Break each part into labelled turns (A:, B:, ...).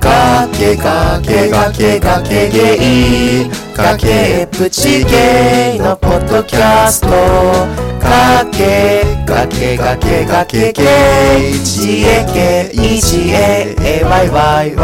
A: かけかけがけがけゲイかけプチゲイのポッドキャストかけかけがけがけゲイ GAKEGAAYYY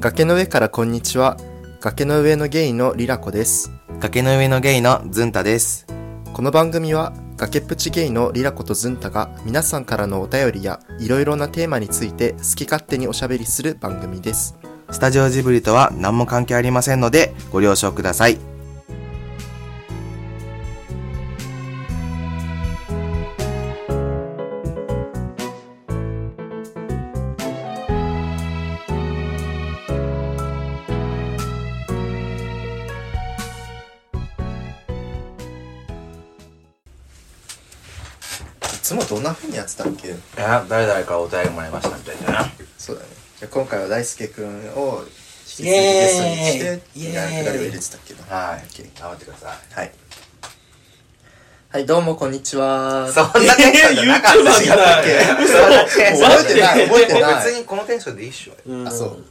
A: 崖の上からこんにちは崖の上のゲイのリラコです
B: 崖の上のゲイのズンタです。
A: この番組は崖っぷちゲイのリラコとズンタが皆さんからのお便りやいろいろなテーマについて好き勝手におしゃべりする番組です
B: スタジオジブリとは何も関係ありませんので、ご了承ください。
A: いつもどんな風にやってたっけ
B: いや、誰々からお便りもらいましたみたいな。
A: そうだねじゃあ今回は大輔くんを引き続き
B: イ
A: ゲ
B: エ
A: ストに
B: ーイ
A: してみたいなくだりを入れてたけど
B: はい。頑張ってください。
A: はいはいどうもこんにちは
B: そんなテンションじゃなかったし。
A: やったっけ覚えてない覚えてない
B: 別にこのテンションでいいっしょ。
A: あそう、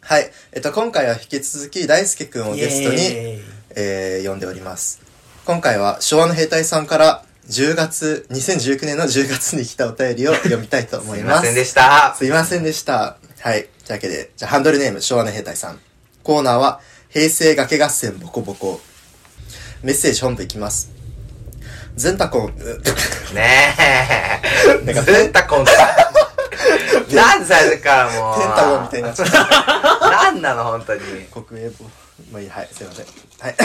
A: はいえっと今回は引き続き大輔くんをゲストにえー、呼んでおります。今回は昭和の兵隊さんから10月、2019年の10月に来たお便りを読みたいと思
B: す
A: い
B: い
A: ま。
B: ますせんでした。
A: すいませんでした。はい。というわけで、じゃあハンドルネーム昭和の兵隊さん。コーナーは平成崖合戦ボコボコ。メッセージ本部いきます。ズンタコン、
B: ねえ。
A: なんか
B: ズンタコンなんで最初からもう。
A: ペンタゴンみたいになっちゃった。
B: なんなの、本当に。
A: 国営ボまあいいはいすいません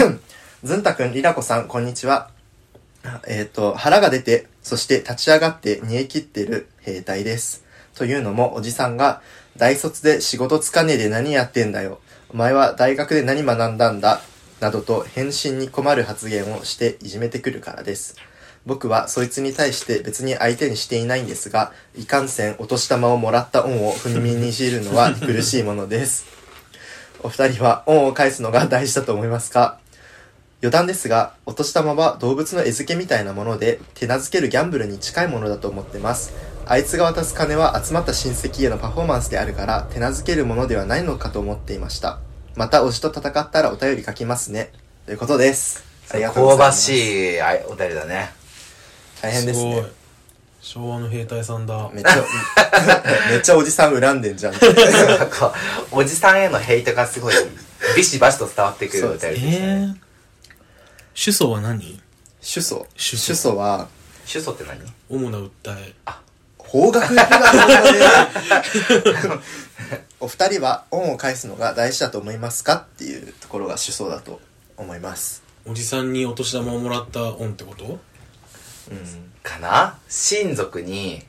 A: はい ずんたくんりらこさんこんにちはえっ、と腹が出てそして立ち上がって煮え切ってる兵隊ですというのもおじさんが大卒で仕事つかねえで何やってんだよお前は大学で何学んだんだなどと返信に困る発言をしていじめてくるからです僕はそいつに対して別に相手にしていないんですがいかんせんお年玉をもらった恩を踏みにじるのは苦しいものですお二人は恩を返すのが大事だと思いますか余談ですが、お年玉は動物の餌付けみたいなもので、手なずけるギャンブルに近いものだと思ってます。あいつが渡す金は集まった親戚へのパフォーマンスであるから、手なずけるものではないのかと思っていました。また推しと戦ったらお便り書きますね。ということです。ありがとうご
B: 香
A: ざいま
B: ば
A: す。
B: しいあいお便りだね。
A: 大変です
C: ごい
A: ね。
C: 昭和の兵隊さんだ
A: めっちゃ、めっちゃおじさん恨んで んじゃん。
B: なんか、おじさんへのヘイトがすごい、ビシバシと伝わってくるお便
C: え
B: りでしたね。
C: ー、主訴は何
A: 主訴。主
C: 主訴
A: 訴は、
B: 主訴って何
C: 主な訴え
A: 方角がそうだね お二人は恩を返すのが大事だと思いますかっていうところが主相だと思います
C: おじさんにお年玉をもらった恩ってこと
A: うん
B: かな親族に、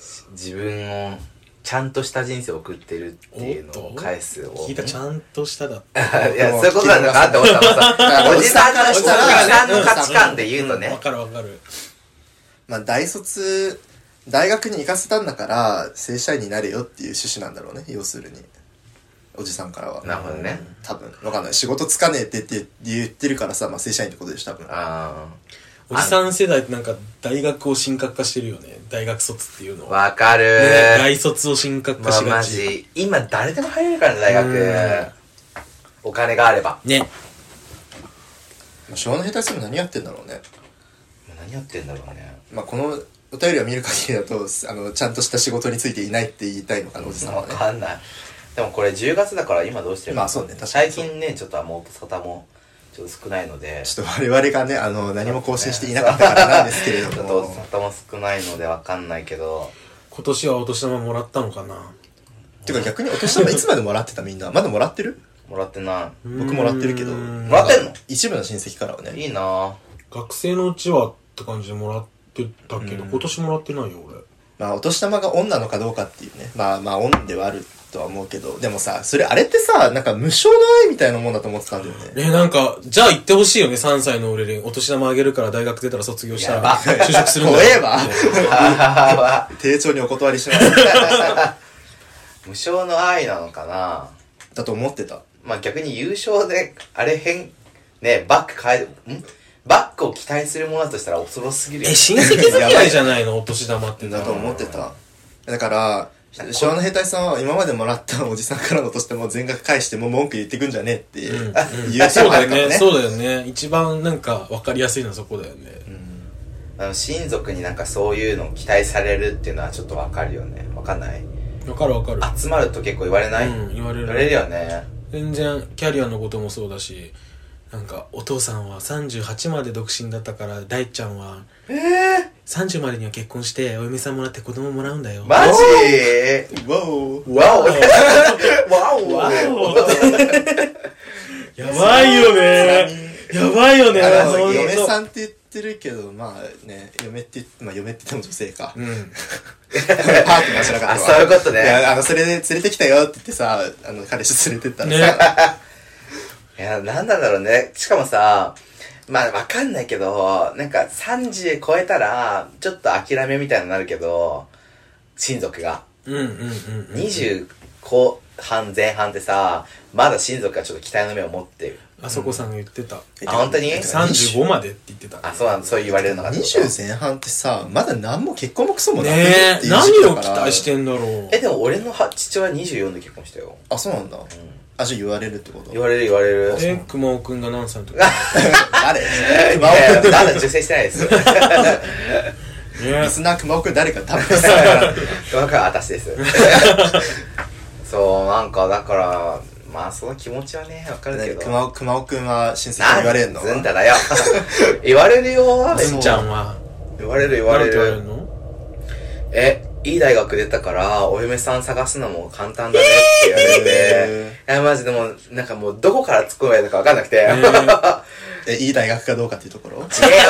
B: し自分を、ちゃんとした人生を送ってるっていうの
C: お
B: を
C: っと
B: 返すを。
C: 聞いたちゃんとしただって
B: いや、そういうことなのかなって思ったのさ。 おじさんからしたら、おじさんの価値観で言うと
C: わ
B: ね。
C: かるわかる
A: まあ大卒大学に行かせたんだから正社員になれよっていう趣旨なんだろうね要するにおじさんからは
B: なるほどね。
A: 多分わかんない仕事つかねえってって言ってるからさ、まあ、正社員ってことでしょ多分
B: あ
C: おじさん世代ってなんか大学を深刻化してるよね大学卒っていうの
B: ー
C: は、
B: わかる
C: ね大卒を深刻
B: ま
C: 化
B: あ
C: し
B: マ
C: がち、
B: ジ。今誰でも入れるからね、大
C: うん
B: 学。お金があれば。
C: ね
A: 昭和の下手する何やってんだろうね
B: 何やってんだろうね。
A: まあこのお便りを見る限りだとあのちゃんとした仕事についていないって言いたいのかなおじさん
B: わ
A: はね
B: かんない。でもこれ10月だから今どうしてる
A: まあそうね確か
B: 最
A: に
B: 近ね、ちょっとあもう沙汰もちょっと少ないので。
A: ちょっと我々がね、あの、何も更新していなかったからなんですけれ
B: ち
A: ど
B: ょっと
A: も
B: 沙。汰も少ないのでわかんないけど。
C: 今年はお年玉もらったのかな
A: てか逆にお年玉いつまでもらってたみんな。まだもらってる
B: もらってな
A: 僕もらってるけど。
C: うーん
B: もらってんの。
A: 一部の親戚からはい
B: い
A: ね。
B: いな
C: 学生のうちはって感じでもらってたけど今年もらってないよ俺
A: まあお年玉が女のかどうかっていうね。まあまあ女ではあるとは思うけど。でもさ、それあれってさ、なんか無償の愛みたいなもんだと思ってたんだよね。
C: ねなんか、じゃあ行ってほしいよね、3歳の俺に。お年玉あげるから大学出たら卒業した
B: や
C: ら、
B: ば
C: 就職するん
A: 怖
C: だ
A: え
C: よ。
A: わ。
B: あ
A: 丁重にお断りします。
B: 無償の愛なのかな
A: だと思ってた。
B: まあ逆に優勝で、あれ変、ね、バック変え、んバッグを期待するものだとしたら恐ろすぎるよ
C: え、親戚付き合いじゃないのお年玉って
A: だと思ってた。だか
B: なん
A: ら、
B: か
A: 昭和の兵隊さんは今までもらったおじさんからのとしても全額返しても文句言ってくんじゃねえって
C: うん
A: いううん言う人
C: そう
A: もあ
C: だ
A: る
C: よ
A: から
C: ね、
A: ね。
C: そうだよね。一番なんか分かりやすいのはそこだよね。
B: あの親族になんかそういうのを期待されるっていうのはちょっとわかるよねわかんない
C: 分かる分かる。
B: 集まると結構言われない、
C: うん、言われ
B: 言
C: る。
B: われるよね
C: 全然キャリアのこともそうだしなんかお父さんは38まで独身だったから大ちゃんは
B: ええ
C: 30までには結婚してお嫁さんもらって子供もらうんだよ
B: マジ
A: わお
B: わおわお
C: わお やばいよねやばい よね
A: だから
C: ほんと
A: 嫁さんって言ってるけど、まあね、嫁って言って、まあ嫁って言っても女性か。
C: うん
A: パーティーもしなかったわ
B: あそういうことね
A: いや、あの、それで連れてきたよって言ってさ、あの、彼氏連れてったらさ、
C: ね
B: いや、なんなんだろうね。しかもさ、まあ、わかんないけど、なんか30超えたら、ちょっと諦めみたいになるけど、親族が。
C: うんうんうんうん
B: 20後半前半でさ、まだ親族がちょっと期待の目を持ってる。
C: あそこさんが言ってた
B: あ、本当に
C: 35までって言ってた
B: あ、そうなんだ。そう言われるのが。
A: 20前半ってさ、まだ何も結婚もクソもなく
C: ねえ
A: ていう時期
C: 何
A: だ
C: を
A: から
C: 期待してんだろう
B: え、でも俺のは父親24で結婚したよ。
A: あ、そうなんだ。あ、じゃあ言われるってこと
B: 言われる言われる。
C: え 熊尾くんが何歳の時
A: 誰
B: え、
A: 熊尾君
B: まだ受精してないですよ。
A: リ
C: ね
A: スナー熊尾くん誰か多分さ、
B: わかる私です そうなんかだからまあその気持ちはねわかるけ
A: ね
B: ど
A: 熊尾、熊尾くんは親戚に言われんの
B: ずんだらよ言われるよ
C: ずんちゃんは
B: 言われる言わ
C: 何
B: れる
C: て言われるの
B: えいい大学出たからお嫁さん探すのも簡単だねって言われて、い
A: え
B: やマジでもうなんかもうどこから突っ込めばいいのかわかんなくて、
C: えー
A: え、いい大学かどうかっていうところ
B: ちげえよ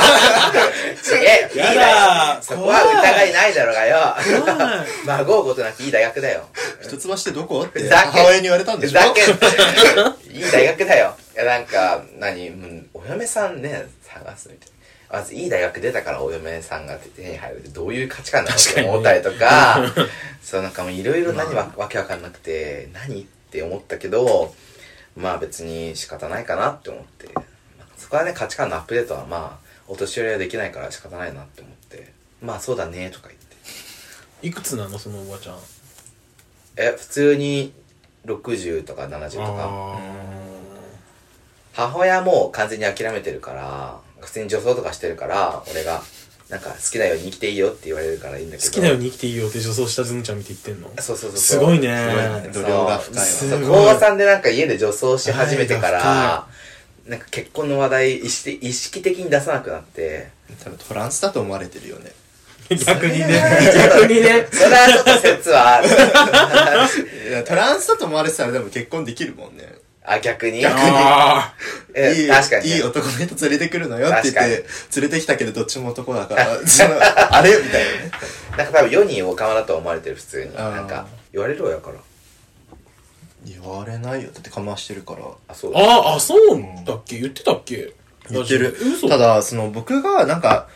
B: ちげえよ
C: やだー
B: そこは疑いないだろうがよ
C: 怖い
B: 孫うことなきいい大学だよ
A: 一橋ってどこっ
B: ふ
A: て
B: ざけん
A: 母親に言われたんで
B: ふ
A: しょ
B: ざ けんいい大学だよ。いや、なんか、何、うんお嫁さんね、探すみたいな。まず、いい大学出たからお嫁さんが手に入るってどういう価値観なのって
C: かにね
B: 思ったりとか、 そう、なんかもういろいろ何わ、わけわかんなくて、何って思ったけど、まあ別に仕方ないかなって思って、そこはね、価値観のアップデートはまあ、お年寄りはできないから仕方ないなって思って、まあそうだねとか言って。
C: いくつなのそのおばちゃん
B: え、普通に60とか70とか。
C: あ
B: 母親も完全に諦めてるから、普通に女装とかしてるから、俺が、なんか好きなように生きていいよって言われるからいいんだ
C: ー
B: けど。
C: 好きなように生きていいよって女装したずんちゃん見て言ってんの
B: そうそうそうそう。
C: すごいね
A: 度量が深い
B: そ
A: わ
C: す
B: う
C: ご
B: そ
C: いう
B: 高三でなんか家で女装し始めてか
C: は
B: ら、なんか結婚の話題意識意識的に出さなくなって、
A: 多分トランスだと思われてるよね。
C: 逆にね逆にね
B: それはちょっと説はある。
A: いやトランスだと思われてたらでも結婚できるもんね。
B: あ、逆に
C: あ
B: え
A: いい、
B: 確かにね、
A: いい男の人連れてくるのよって言っ
B: 確
A: て、連れてきたけどどっちも男だから、 そのあれみたいなね。
B: なんか多分世にお釜だと思われてる普通に。
A: あー
B: なんか、言われるわやから。
A: 言われないよ。だってかましてるから。
B: あ、そう
C: ーああそうだっけ言ってたっけ
A: 言ってる
C: 嘘。
A: ただ、その僕がなんか、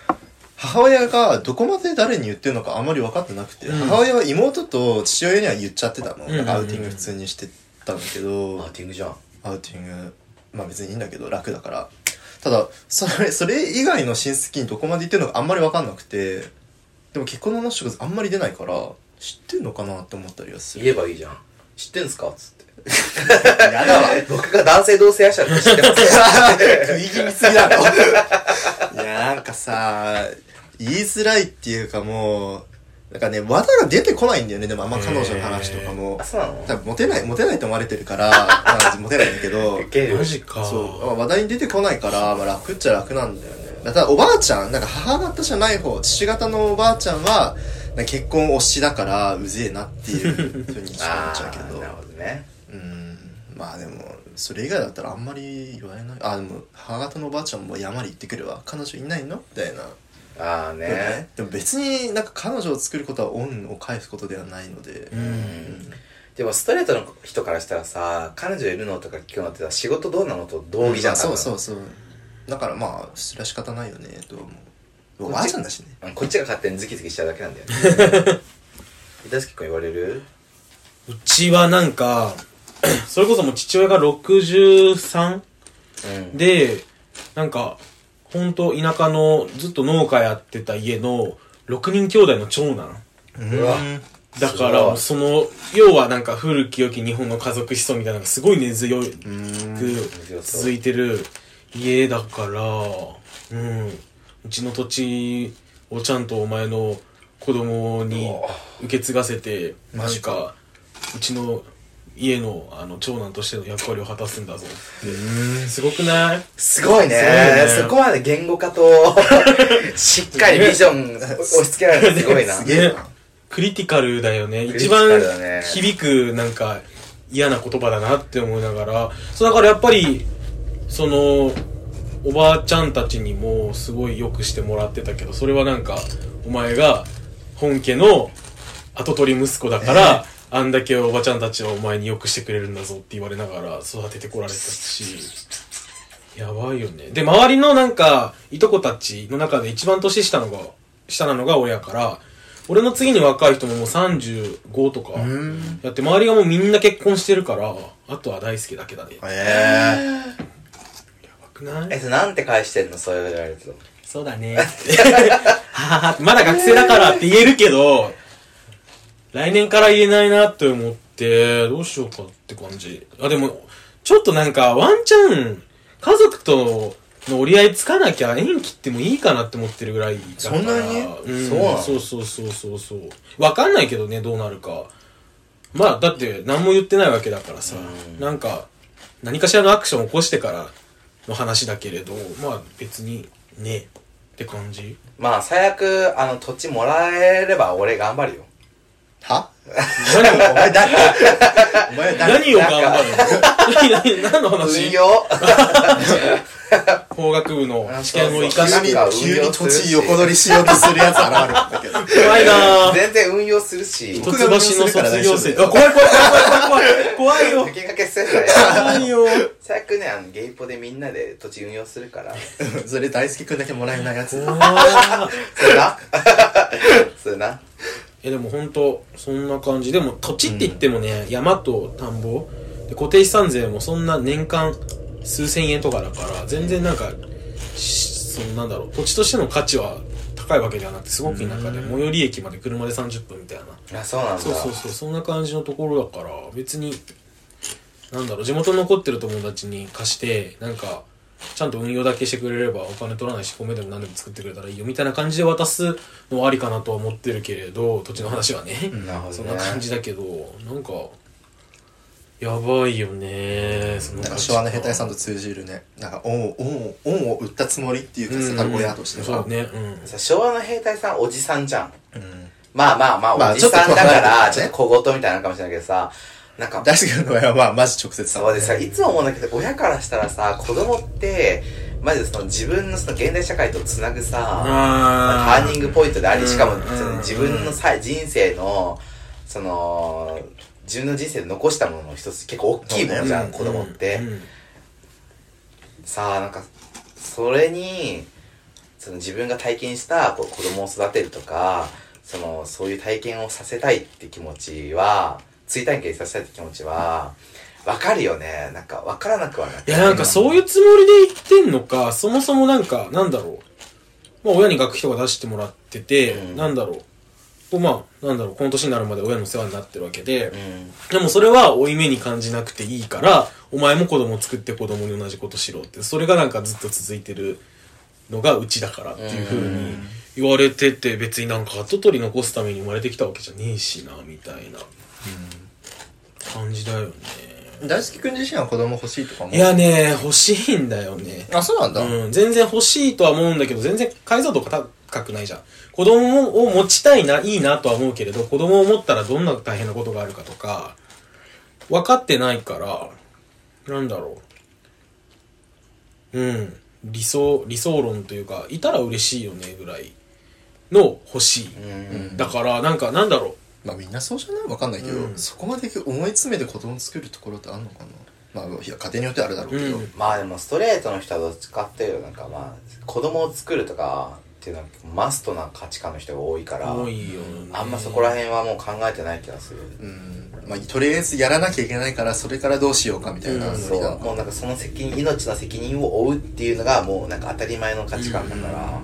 A: 母親がどこまで誰に言ってるのかあんまり分かってなくて、
C: うん
A: 母親は妹と父親には言っちゃってたの。
C: うん
A: なんかアウティング普通にしてたんだけど、
B: マーティングじゃん。
A: アウティング、まあ別にいいんだけど楽だから。ただ、それ、それ以外の親戚にどこまで言ってるのかあんまり分かんなくて、でも結婚の話とかあんまり出ないから、知ってんのかなって思ったりはする。
B: 言えばいいじゃん。知ってんすかつって。
A: やだわ。
B: 僕が男性同性愛者だって知ってますよ
A: 食い気味すぎだろ。いや、なんかさ、言いづらいっていうかもう、なんかね、わざわざ出てこないんだよね、でもあんま彼女の話とかも
B: あ、。そうなの
A: 多分モテない、モテないと思われて るから、まあモテないんだけど、
B: 受ける
C: マジか
A: そう、まあ話題に出てこないから、まあ楽っちゃ楽なんだよね。だからただおばあちゃん、なんか母方じゃない方、父方のおばあちゃんは、なんか結婚推しだから、うぜえなっていうふうに聞こ
B: あ
A: えちゃうけ
B: ー
A: ど
B: な。るほどね
A: うんまあでもそれ以外だったらあんまり言われないあでも母方のおばあちゃんも山に行ってくるわ彼女いないのみたいな、
B: ああね
A: でも別になんか彼女を作ることは恩を返すことではないので、
C: う
B: うんんでもストレートの人からしたらさ彼女いるのとか聞くのってさ仕事どうなのと同義じゃん、多
A: そう
B: 分
A: そうそうだからまあそれは仕方ないよねとは思う
B: こっ
A: お
B: ち
A: ばあちゃんだしね
B: うんこっちが勝手にズキズキしちゃうだけなんだよね 大輔君言われる
C: うちはなんか それこそもう父親が63
B: うん
C: でなんかほんと田舎のずっと農家やってた家の6人兄弟の長男
B: うわ
C: だか
B: すご
C: ら
B: い
C: その要はなんか古き良き日本の家族思想みたいなのがすごい根強く
B: 強そう
C: 続いてる家だからうんうちの土地をちゃんとお前の子供に受け継がせてな
A: マ
C: ん
A: ジか
C: かうちの家のあの長男としての役割を果たすんだぞってすごくない
B: すごいね
C: すごいね
B: そこまで言語化と しっかりビジョン押し付けられ てすごいな
A: すげえ
C: ね
A: な
C: クリティカルだよね
B: クリテ
C: 一
B: ィカ
C: 番
B: ルだね
C: 響くなんか嫌な言葉だなって思いながらそうだからやっぱりそのおばあちゃんたちにもすごいよくしてもらってたけどそれはなんかお前が本家の跡取り息子だから、あんだけおばちゃんたちはお前によくしてくれるんだぞって言われながら育ててこられたし。やばいよね。で、周りのなんか、いとこたちの中で一番年下のが、下なのが親から、俺の次に若い人ももう35とか、やって、周りがもうみんな結婚してるから、あとは大輔だけだね。や
A: え
C: ばくな
B: え
C: い
B: それなんて返してんのそう言われると
C: そうだね。はは まだ学生だからって言えるけど、来年から言えないなって思って、どうしようかって感じ。あ、でも、ちょっとなんか、ワンチャン、家族との折り合いつかなきゃ縁切ってもいいかなって思ってるぐらいだから。
A: そんなに
C: うん、
B: そうなの
C: そうそうそうそうそう。わかんないけどね、どうなるか。まあ、だって何も言ってないわけだからさ、なんか、何かしらのアクションを起こしてからの話だけれど、まあ別にね、って感じ。
B: まあ最悪あの土地もらえれば俺頑張るよ
A: は
C: 何を
A: お前誰 お前誰
C: 何を頑張るの何何何の
B: 運
C: 話
B: 用
C: 法学部の試験を生か
B: な
A: 急
B: ん
A: に
C: し
B: か運
A: 急
B: 用
A: に
B: す
A: 土
B: るし
A: 地横取りしようとするやつ現れたんだ けど
C: 怖いな ぁ。
B: 全然運用するし
C: 一橋の卒業生。 あ怖い怖い怖い怖い怖い怖い怖いよ。
B: 先駆けするなよ
C: 怖いよ。
B: 最悪ねあのゲイポでみんなで土地運用するから
A: それ大好きくんだけもらえないやつ
C: 怖い
B: それ なそれな
C: えでも本当そんな感じでも土地って言ってもね、山と田んぼで固定資産税もそんな年間数千円とかだから全然なんかしそのなんだろう土地としての価値は高いわけではなくてすごく田舎で最寄り駅まで車で30分みたいな
B: あそうなんだ
C: そうそうそうそんな感じのところだから別になんだろう地元に残ってる友達に貸してなんかちゃんと運用だけしてくれればお金取らないし米でも何でも作ってくれたらいいよみたいな感じで渡すのはありかなとは思ってるけれど土地の話はね、
B: なるほどね
C: そんな感じだけどなんかやばいよねその
A: なんか昭和の兵隊さんと通じるねなんか恩を恩を恩を売ったつもりっていうかさた親として
C: そ
A: は
C: うねうん
B: さ昭和の兵隊さんおじさんじゃん
A: うん
B: まあまあまあ、
A: まあ
B: おじさんだから、
A: ち
B: ち
A: ょ
B: ょ
A: っ
B: っ
A: と
B: と小言みたいなのかもしれないけどさ、なんか、
A: 大好きなの親はまあマジ直接さ
B: そうでさ、いつも思うんだけど、親からしたらさ、子供って、まずその自分のその現代社会とつなぐさ、
C: あ
B: ターニングポイントであ
C: うん
B: り、しかもそ
C: うん
B: の自分のさ、人生の、その、自分の人生で残したものの一つ、結構大きいものじゃん、子供って。さあなんかそれにその自分が体験したこう子供を育てるとかそのそういう体験をさせたいって気持ちは追体験させたいって気持ちは分かるよねなんか分からなくはない
C: いや、なんかそういうつもりで言ってんのか、そもそもなんか、なんだろう。まあ、親に学費とか出してもらってて、
B: うん
C: なんだろう。こうまあ、なんだろう、この年になるまで親の世話になってるわけで、
B: うん
C: でもそれは負い目に感じなくていいから、お前も子供作って子供に同じことしろって、それがなんかずっと続いてるのがうちだからっていう風に言われてて、別になんか後取り残すために生まれてきたわけじゃねえしな、みたいな感じだよね。
A: 大好きくん自身は子供欲しいとかも
C: いやね、欲しいんだよね。
A: あそうなんだ、
C: うん、全然欲しいとは思うんだけど、全然解像度が高くないじゃん。子供を持ちたいな、いいなとは思うけれど、子供を持ったらどんな大変なことがあるかとか、分かってないから、なんだろう。うん、理想、理想論というか、いたら嬉しいよね、ぐらいの欲しい。
B: うん
C: だから、なんか、なんだろう。
A: まあみんなそうじゃないわかんないけど、
C: うん
A: そこまで思い詰めて子供作るところってあんのかなまあいや家庭によってあるだろうけど、
C: うん
B: まあでもストレートの人はどっちかっていうとなんかまあ子供を作るとかっていうのはマストな価値観の人が多いから
C: 多いよね
B: あんまそこら辺はもう考えてない気がする、
A: うんまあ、とりあえずやらなきゃいけないからそれからどうしようかみたいなノ
B: そ
A: リな
B: う
A: のか
B: もうなんかその責任命の責任を負うっていうのがもうなんか当たり前の価値観だから、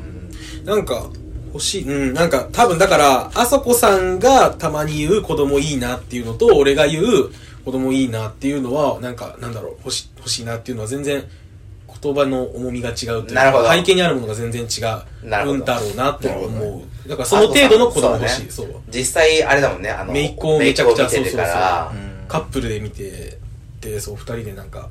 C: なんか、欲しい。うん、なんか、多分だから、あさこさんがたまに言う子供いいなっていうのと、俺が言う子供いいなっていうのは、なんか、なんだろう、欲し欲しいなっていうのは全然、言葉の重みが違うという
B: なるほど
C: か、背景にあるものが全然違
B: なるほ
C: う
B: ど
C: んだろうなって
A: なるほ
C: 思う。だから、その程度の子供欲しい。
B: そ
C: そう
B: う,、実際あれだもんねあの
C: 姪っ子をめちゃくちゃ
B: 姪っ子を見てるから
C: そうそう
A: うん
C: カップルで見て、で、そう、二人でなんか、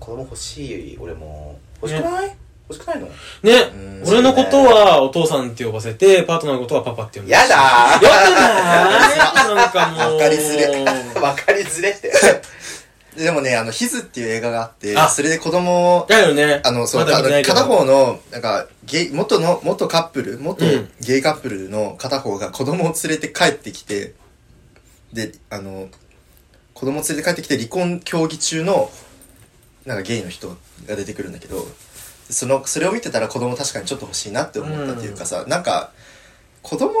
B: 子供欲しい俺も欲しくない、欲しくないの
C: ね
A: うん、
C: 俺のことはお父さんって呼ばせて、パートナーのことはパパって呼んで。
B: やだ
C: よくないなんかもう。
A: わかりづれ
B: ー わかりづれって
A: でもねあの「ヒズっていう映画があって
C: あ
A: それで子供を
C: だよね。
A: あの、そう、
C: まだ
A: あ
C: 見て
A: の
C: ないけど
A: 片方の、なんか、ゲイ、元の、元カップル、元
C: うん
A: ゲイカップルの片方が子供を連れて帰ってきて、で、あの、子供を連れて帰ってきて離婚協議中の、なんかゲイの人が出てくるんだけど、その、それを見てたら子供確かにちょっと欲しいなって思ったっていうかさ、なんか、子供、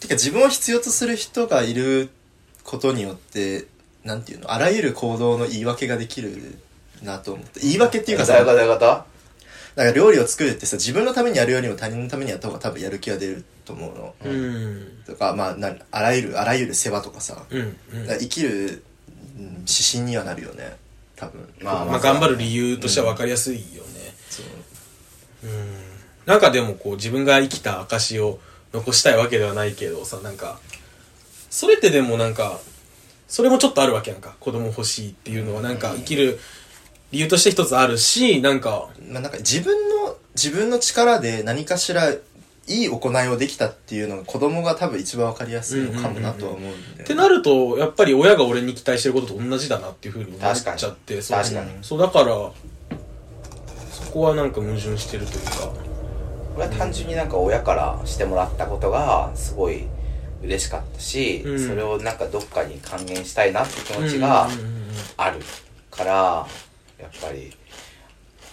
A: てか自分を必要とする人がいることによって、なんていうの、あらゆる行動の言い訳ができるなと思って、言い訳っていうか
B: どうい
A: さ
B: うこ、とどういうこと
A: なんか料理を作るってさ自分のためにやるよりも他人のためにやった方が多分やる気が出ると思うの、
C: うん。
A: とかまあなあらゆるあらゆる世話とかさ、
C: うん。うん
A: だから生きるうん指針にはなるよね多分
B: まあ
C: まあ、頑張る理由としては分かりやすいよね。
A: そう
C: なんかでもこう、自分が生きた証を残したいわけではないけどさ、なんか、それってでもなんか、それもちょっとあるわけやんか。子供欲しいっていうのはなんか生きる理由として一つあるし、なんか、
A: まあなんか自分の自分の力で何かしらいい行いをできたっていうのが子供が多分一番わかりやすいのかもなとは思うんだよね
C: ってなると、やっぱり親が俺に期待してることと同じだなっていうふうに思っちゃ
B: 確
C: って、そう
B: 確かに
C: そう、だから、そこはなんか矛盾してるというか。
B: 俺は単純になんか親からしてもらったことがすごい嬉しかったし、
C: うん
B: それをなんかどっかに還元したいなって気持ちが
C: うんうんうんうん
B: あるからやっぱり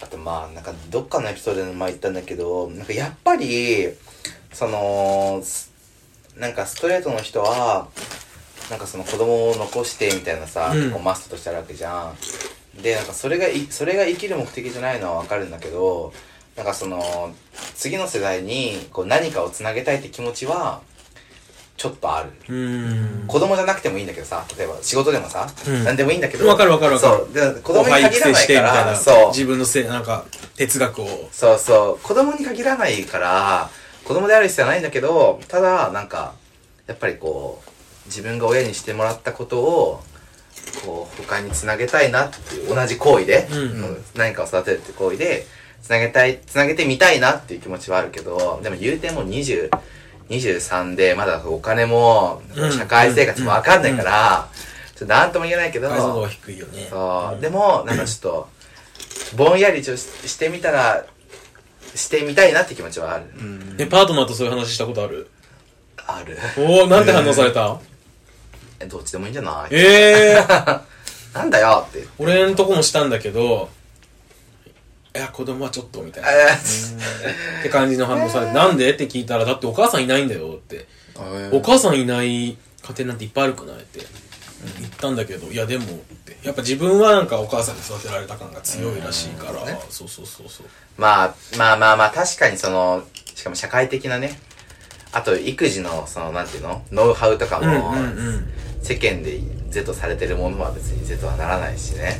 B: あとまあなんかどっかのエピソードでも言ったんだけどなんかやっぱりそのすなんかストレートの人はなんかその子供を残してみたいなさ、
C: うん
B: 結構マストとしてあるわけじゃん。でなんかそれがいそれが生きる目的じゃないのはわかるんだけどなんかその次の世代にこう何かをつなげたいって気持ちはちょっとある。
C: うん。
B: 子供じゃなくてもいいんだけどさ例えば仕事でもさ、
C: うん
B: 何でもいいんだけど
C: わかるわかるわかる
B: そうで子供に限らないから
C: そう。
B: そう
C: 自分のせい、なんか、哲学を。
B: そうそう子供に限らないから子供である必要はないんだけどただなんかやっぱりこう自分が親にしてもらったことをこう他につなげたいなっていう同じ行為で、
C: うん
A: うん
B: 何かを育てるって行為でつなげたいつなげてみたいなっていう気持ちはあるけどでも言うても20 23でまだお金も
C: うん
B: 社会生活もわかんないから、ちょっと何とも言えないけど、
C: 解像度は低いよね。
B: そう、でもなんかちょっとぼんやりちょししてみたらしてみたいなって気持ちはある、
A: うん
C: え、パートナーとそういう話したことある
B: ある
C: おー、なんて反応された
B: えどっちでもいいんじゃない
C: えー。
B: なんだよって
C: 俺んとこもしたんだけど、いや、子供はちょっと、みたいな。
B: え
C: って感じの反応されて、なんでって聞いたら、だってお母さんいないんだよって。
A: あ
C: お母さんいない家庭なんていっぱいあるくないって言ったんだけど、いやでもって、やっぱ自分はなんかお母さんに育てられた感が強いらしいから、そうそうそうそう。
B: まあまあまあまあ確かにそのしかも社会的なねあと育児のそのなんていうのノウハウとか
C: うんうん
B: も
C: うん。
B: 世間で是とされてるものは別に是とはならないしね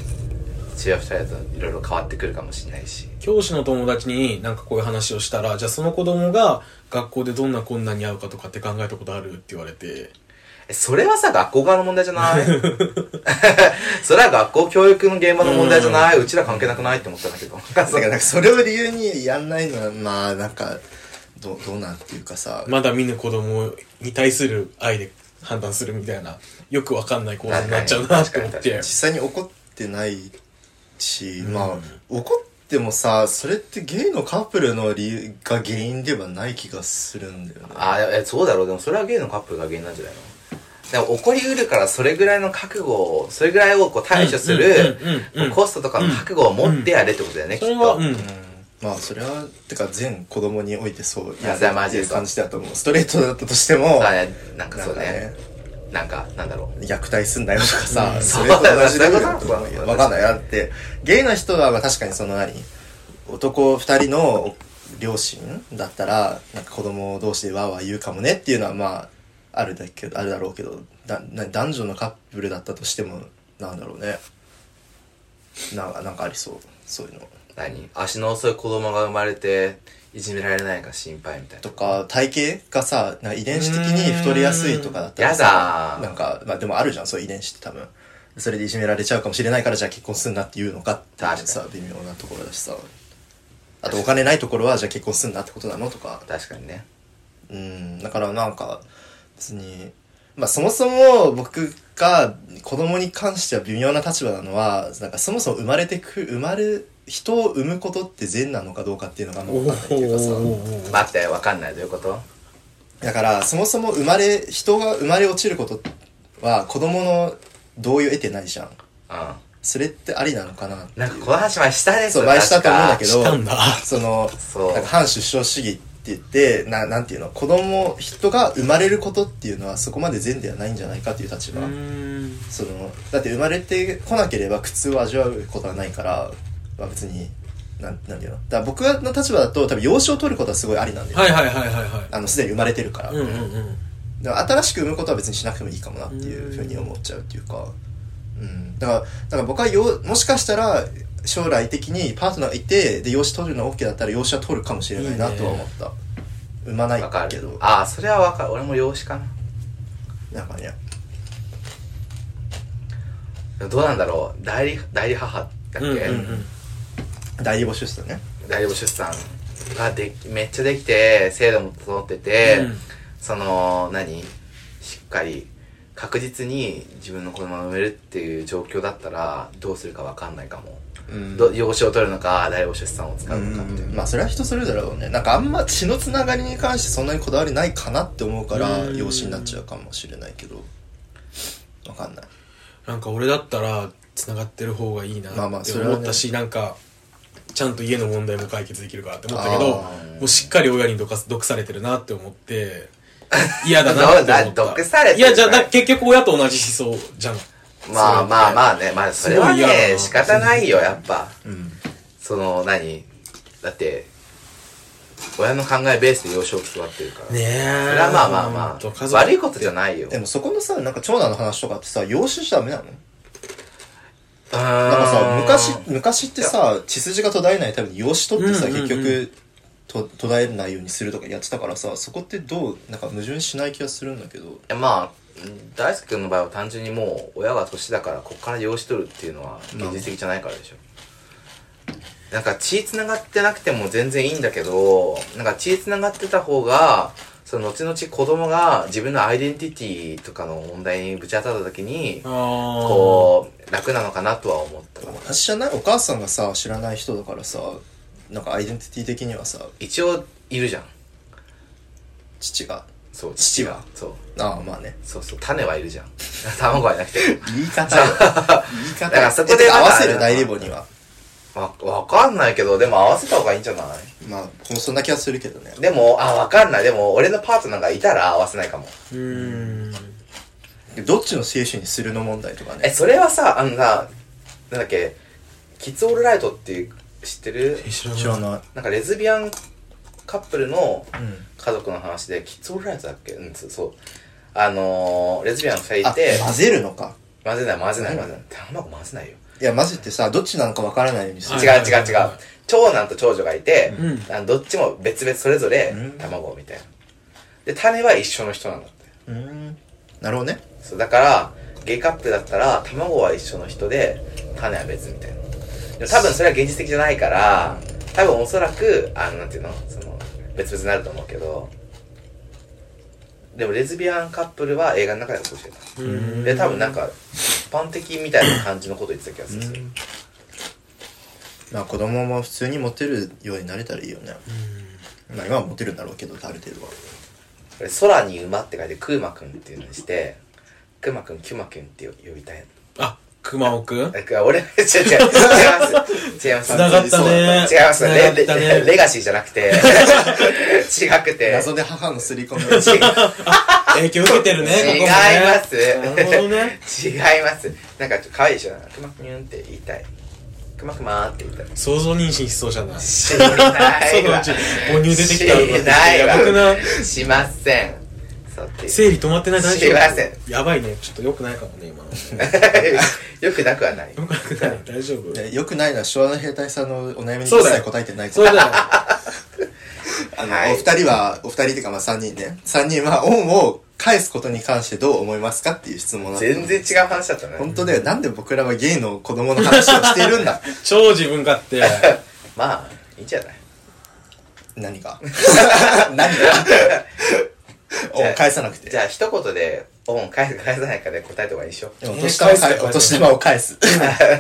B: 父親二人だといろいろ変わってくるかもしれないし
C: 教師の友達になんかこういう話をしたら、じゃあその子供が学校でどんな困難に遭うかとかって考えたことあるって言われて、
B: えそれはさ、学校側の問題じゃない それは学校教育の現場の問題じゃないうちら関係なくないって思ったんだけど。
A: だからなんかそれを理由にやんないのはまあなんかどうどうなんていうかさ、
C: まだ見ぬ子供に対する愛で判断するみたいな、よくわかんない構図になっちゃうなって思
B: 確か
C: っ
B: に確か
C: て
B: に。
A: 実際に怒ってないし、まあ怒ってもさそれってゲイのカップルの理由が原因ではない気がするんだよね
B: あーえ、そうだろう。でもそれはゲイのカップルが原因なんじゃないのでも起こりうるからそれぐらいの覚悟を、それぐらいをこう対処する
C: うんうんうんうんうん
B: コストとかの覚悟を持ってやれってことだよね、きっ
C: それは、
B: と
C: う。ん。
A: まあそれはてか全子供においてそう
B: いやそれはマ
A: って
B: ジ
A: い
B: で
A: う
B: そう
A: 感じだと思うストレートだったとしても
B: あれなんかそう
A: なん
B: ね
A: か
B: なんかなんだろう
A: 虐待すんなよとかさ、
C: うん
A: それと同じレベルだと思う
B: そう
A: よ
B: そう
A: わかんないだってゲイの人は確かにその何男2人の両親だったらなんか子供同士でわーわー言うかもねっていうのはまああるだけどあるだろうけどだな男女のカップルだったとしてもなんだろうねなんかなんかありそうそういうの
B: 何足の遅い子供が生まれていじめられないか心配みたいな
A: とか体型がさなんか遺伝子的に太りやすいとかだったら
B: やだー
A: なんかまあでもあるじゃんそういう遺伝子って多分それでいじめられちゃうかもしれないからじゃあ結婚すんなって言うのかっていうのもさ微妙なところだしさあとお金ないところはじゃあ結婚すんなってことなのとか
B: 確かにね
A: うんだからなんか別にまあそもそも僕が子供に関しては微妙な立場なのはなんかそもそも生まれてく生まれ人を産むことって善なのかどうかっていうのがあんま分かんないっていうかさ
B: 待ってわかんないどういうこと
A: だからそもそも生まれ人が生まれ落ちることは子供の同意を得てないじゃん
B: う
A: それってありなのかなって
B: ん
A: い
B: な
A: うん
B: かこの話前したね
A: そう前したと思うんだけ
B: ど
A: ど
C: したんだ
A: その
B: そう
A: なんか反出生主義って言ってななんていうの子供人が生まれることっていうのはそこまで善ではないんじゃないかっていう立場、
C: うん
A: そのだって生まれてこなければ苦痛を味わうことはないから、まあ、別になんなんていうのだから僕の立場だと多分養子を取ることはすごいありなんだよ、
C: はいはいはいはいは
A: あのすでに生まれてるから、
C: いうんうんうん
A: だから新しく産むことは別にしなくてもいいかもなっていうふうに思っちゃうっていうか、うん、だからだから僕はよもしかしたら将来的にパートナーがいてで養子取るの OK だったら養子は取るかもしれないない
C: いね
A: とは思った産まない
B: わか
A: けど
B: るああそれはわかる俺も養子かな
A: なんかね
B: でもどうなんだろう代理代理母だっけ、
C: うんうんうん
A: 代理募集したね
B: 代理母出産ができめっちゃできて制度も整ってて、
C: うん
B: その何しっかり確実に自分の子供を産めるっていう状況だったらどうするかわかんないかも、
A: うん
B: ど養子を取るのか代理母出産を使うのかみたいな、
A: まあそれは人それぞれだろうねなんかあんま血のつながりに関してそんなにこだわりないかなって思うから
C: うん
A: 養子になっちゃうかもしれないけどわかんない
C: なんか俺だったら繋がってる方がいいな
A: まあまあ
C: って
A: それはね
C: 思ったし、なんかちゃんと家の問題も解決できるからって思ったけど
A: あ
B: ー
C: もうしっかり親にどかす毒されてるなって 思って嫌だ
B: ど
C: な
B: う
C: って
B: だ
C: 思った
B: 毒されてる
C: いやじゃあだ結局親と同じ思想じゃん
B: まあまあ
C: あ
B: まあねまあそれは
C: すごい嫌だ
B: ね
C: な
B: 仕方ないよやっぱ
A: うん
B: その何だって親の考えベースで幼少期育ってるから、
C: ねえ
B: それはまあまあま
C: ほんと家
B: あ
C: 族
B: 悪いことじゃないよ
A: でもそこのさなんか長男の話とかってさ養子しちゃダメなの
B: な
A: なんかさ、昔、昔ってさ、血筋が途絶えないために養子取ってさ、
C: うんうんうん
A: 結局、と途絶えないようにするとかやってたからさ、そこってどう、なんか矛盾しない気がするんだけど。
B: まあうん大輔君の場合は単純にもう親が年だからこっから養子取るっていうのは現実的じゃないからでしょ、なんか血つながってなくても全然いいんだけどなんか血つながってた方がその後々子供が自分のアイデンティティとかの問題にぶち当たった時に
C: あこ
B: こう楽なのかなとは思った
A: 私じゃないお母さんがさ、知らない人だからさ、なんかアイデンティティ的にはさ、
B: 一応いるじゃん
A: 父が。
B: そう
A: 父は
B: そう
A: ああ、まあね。
B: そうそう種はいるじゃん 卵はいなくて
A: 言い方よ。言い方
B: だ
A: よ。
B: からそこで
A: えてか
B: な
A: 合
B: ん
A: わ
B: か
A: せる大リボには。
B: わわかんないけどでも合わせた方がいいんじゃない
A: まあ、僕もそんな気がするけどね。
B: でも、あ、わかんない。でも、俺のパートナーがいたら合わせないかも。
C: ううん
A: どっちの精子にするの問題とか
B: え、
A: ね。
B: それはさ、あのさ、なんだっけ、キッズオールライトっていう、知ってる
C: 知ら
A: 知
C: な
A: ら
C: い
A: ない。
B: なんかレズビアンカップルの
A: うん。
B: 家族の話で、キッズオールライトだっけうん、そうそう。あのー、レズビアン2人
A: あ
B: いて、、
A: 混ぜるのか。
B: 混ぜない混ぜない
A: うん
B: 混ぜない。卵混ぜないよ。
A: いや、混ぜてさ、どっちなのかわからないようにす
C: は
A: る
C: い。
B: 違う違う違う。長男と長女がいて、
C: う
B: あのどっちも別々それぞれ
A: うん
B: 卵みたいな。で、種は一緒の人なんだって。
A: うーん。なるほどね。
B: そうだからゲイカップルだったら卵は一緒の人で種は別みたいなでも多分それは現実的じゃないから多分おそらくあのなんていうのその別々になると思うけどでもレズビアンカップルは映画の中ではそうしてた
C: うん
B: で多分なんか一般的みたいな感じのこと言ってた気がする
A: まあ子供も普通にモテるようになれたらいいよね。まあ今はモテるんだろうけど、ある程度は。
B: これ空に馬って書いてクーマくんっていうのにしてクーマくんキュマくんって呼びたい
C: あ熊尾くん
B: なんか俺、違う違う、違います。違います。
C: 繋がったね
B: 違います。レ
C: 繋がったね
B: レレガシーじゃなくて、違くて。
A: 謎で母のすり込みを
B: 違いま
C: 影響受けてるね、ここもね。
B: す。
C: なるほどね。
B: 違います。なんかちょっと可愛いでしょ。くまくにゅんって言いたい。くまくまーって言いたい。
C: 想像妊娠しそうじ ゃない。そ
B: しない
C: の
B: わ。
C: うち母乳出てきたの
B: しないわ
C: やばくない
B: しません。そうって
C: 生理止まってない大丈夫
B: すいません
C: やばいね。ちょっと良くないかもね、 今の。
B: よくなくはない。
C: 良くない。大丈夫。
A: ねよくないのは昭和の兵隊さんのお悩みに
C: そう
A: 一
C: だよ
A: 切答えてないか
C: そう
A: ら。
C: だ
A: あの、
B: はい
A: お二人は、お二人っていうかまあ三人ね。三人は恩を返すことに関してどう思いますかっていう質問なの
B: 全然違う話だったね。
A: 本当だよ。なんで僕らはゲイの子供の話をしているん だ
C: よ。超自分勝手。
B: まあ、いいんじゃない
A: 何が 何が恩返さなくて
B: じ。ゃあ、一言で、恩を返す返さないかで答えた方がいいでしょ。
A: でもお年玉を
C: 返す
A: 返す。
C: とか
A: お年玉を返す。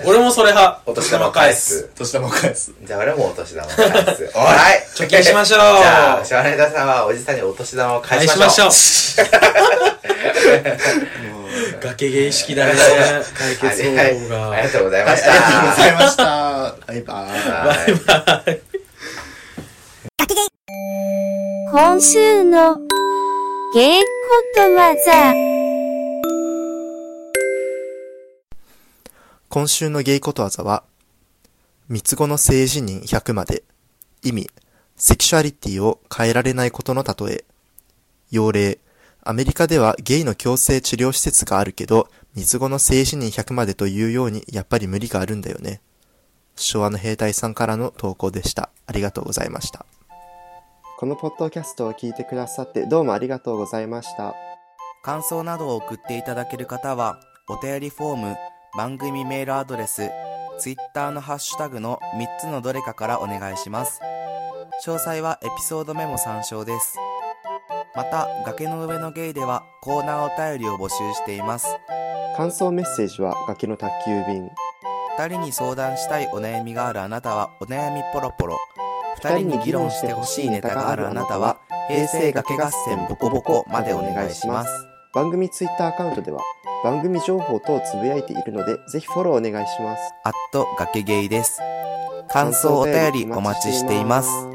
C: 俺もそれ派。
B: お年玉返す。
A: お年玉を返す。
B: じゃあ、俺もお年玉返す。はい。
C: 貯金しましょ う
B: じゃあ、シャワネダさんはおじさんにお年玉を返
C: 返
B: しまし
C: し
B: ょう。
C: ましょう。
A: も う
C: 崖芸式だね。解決方法
B: はいあり
C: が。
B: がとうござい
A: は
B: ま
A: い、
B: し
A: ありがとうご
B: た。
A: ざいました。バイ バーイ。
B: バイバイ。
D: 今週の芸ことわざ。
A: 今週のゲイことわざは、三つ子の性自認100まで、意味、セクシュアリティを変えられないことの例え。要例、アメリカではゲイの強制治療施設があるけど、三つ子の性自認100までというように、やっぱり無理があるんだよね。昭和の兵隊さんからの投稿でした。ありがとうございました。このポッドキャストを聞いてくださってどうもありがとうございました。
E: 感想などを送っていただける方は、お便りフォーム、番組メールアドレス、ツイッターのハッシュタグの3つのどれかからお願いします。詳細はエピソードメモ参照です。また、崖の上のゲイではコーナーお便りを募集しています。
A: 感想メッセージは崖の宅急便。
E: 二人に相談したいお悩みがあるあなたはお悩みポロポロ二人に議論してほしいネタがあるあなたは平成崖合戦ボコボコまでお願いします
A: 番組ツイッターアカウントでは番組情報等をつぶやいているのでぜひフォローお願いします
E: あっと崖ゲイです感想お便りお待ちしています
A: す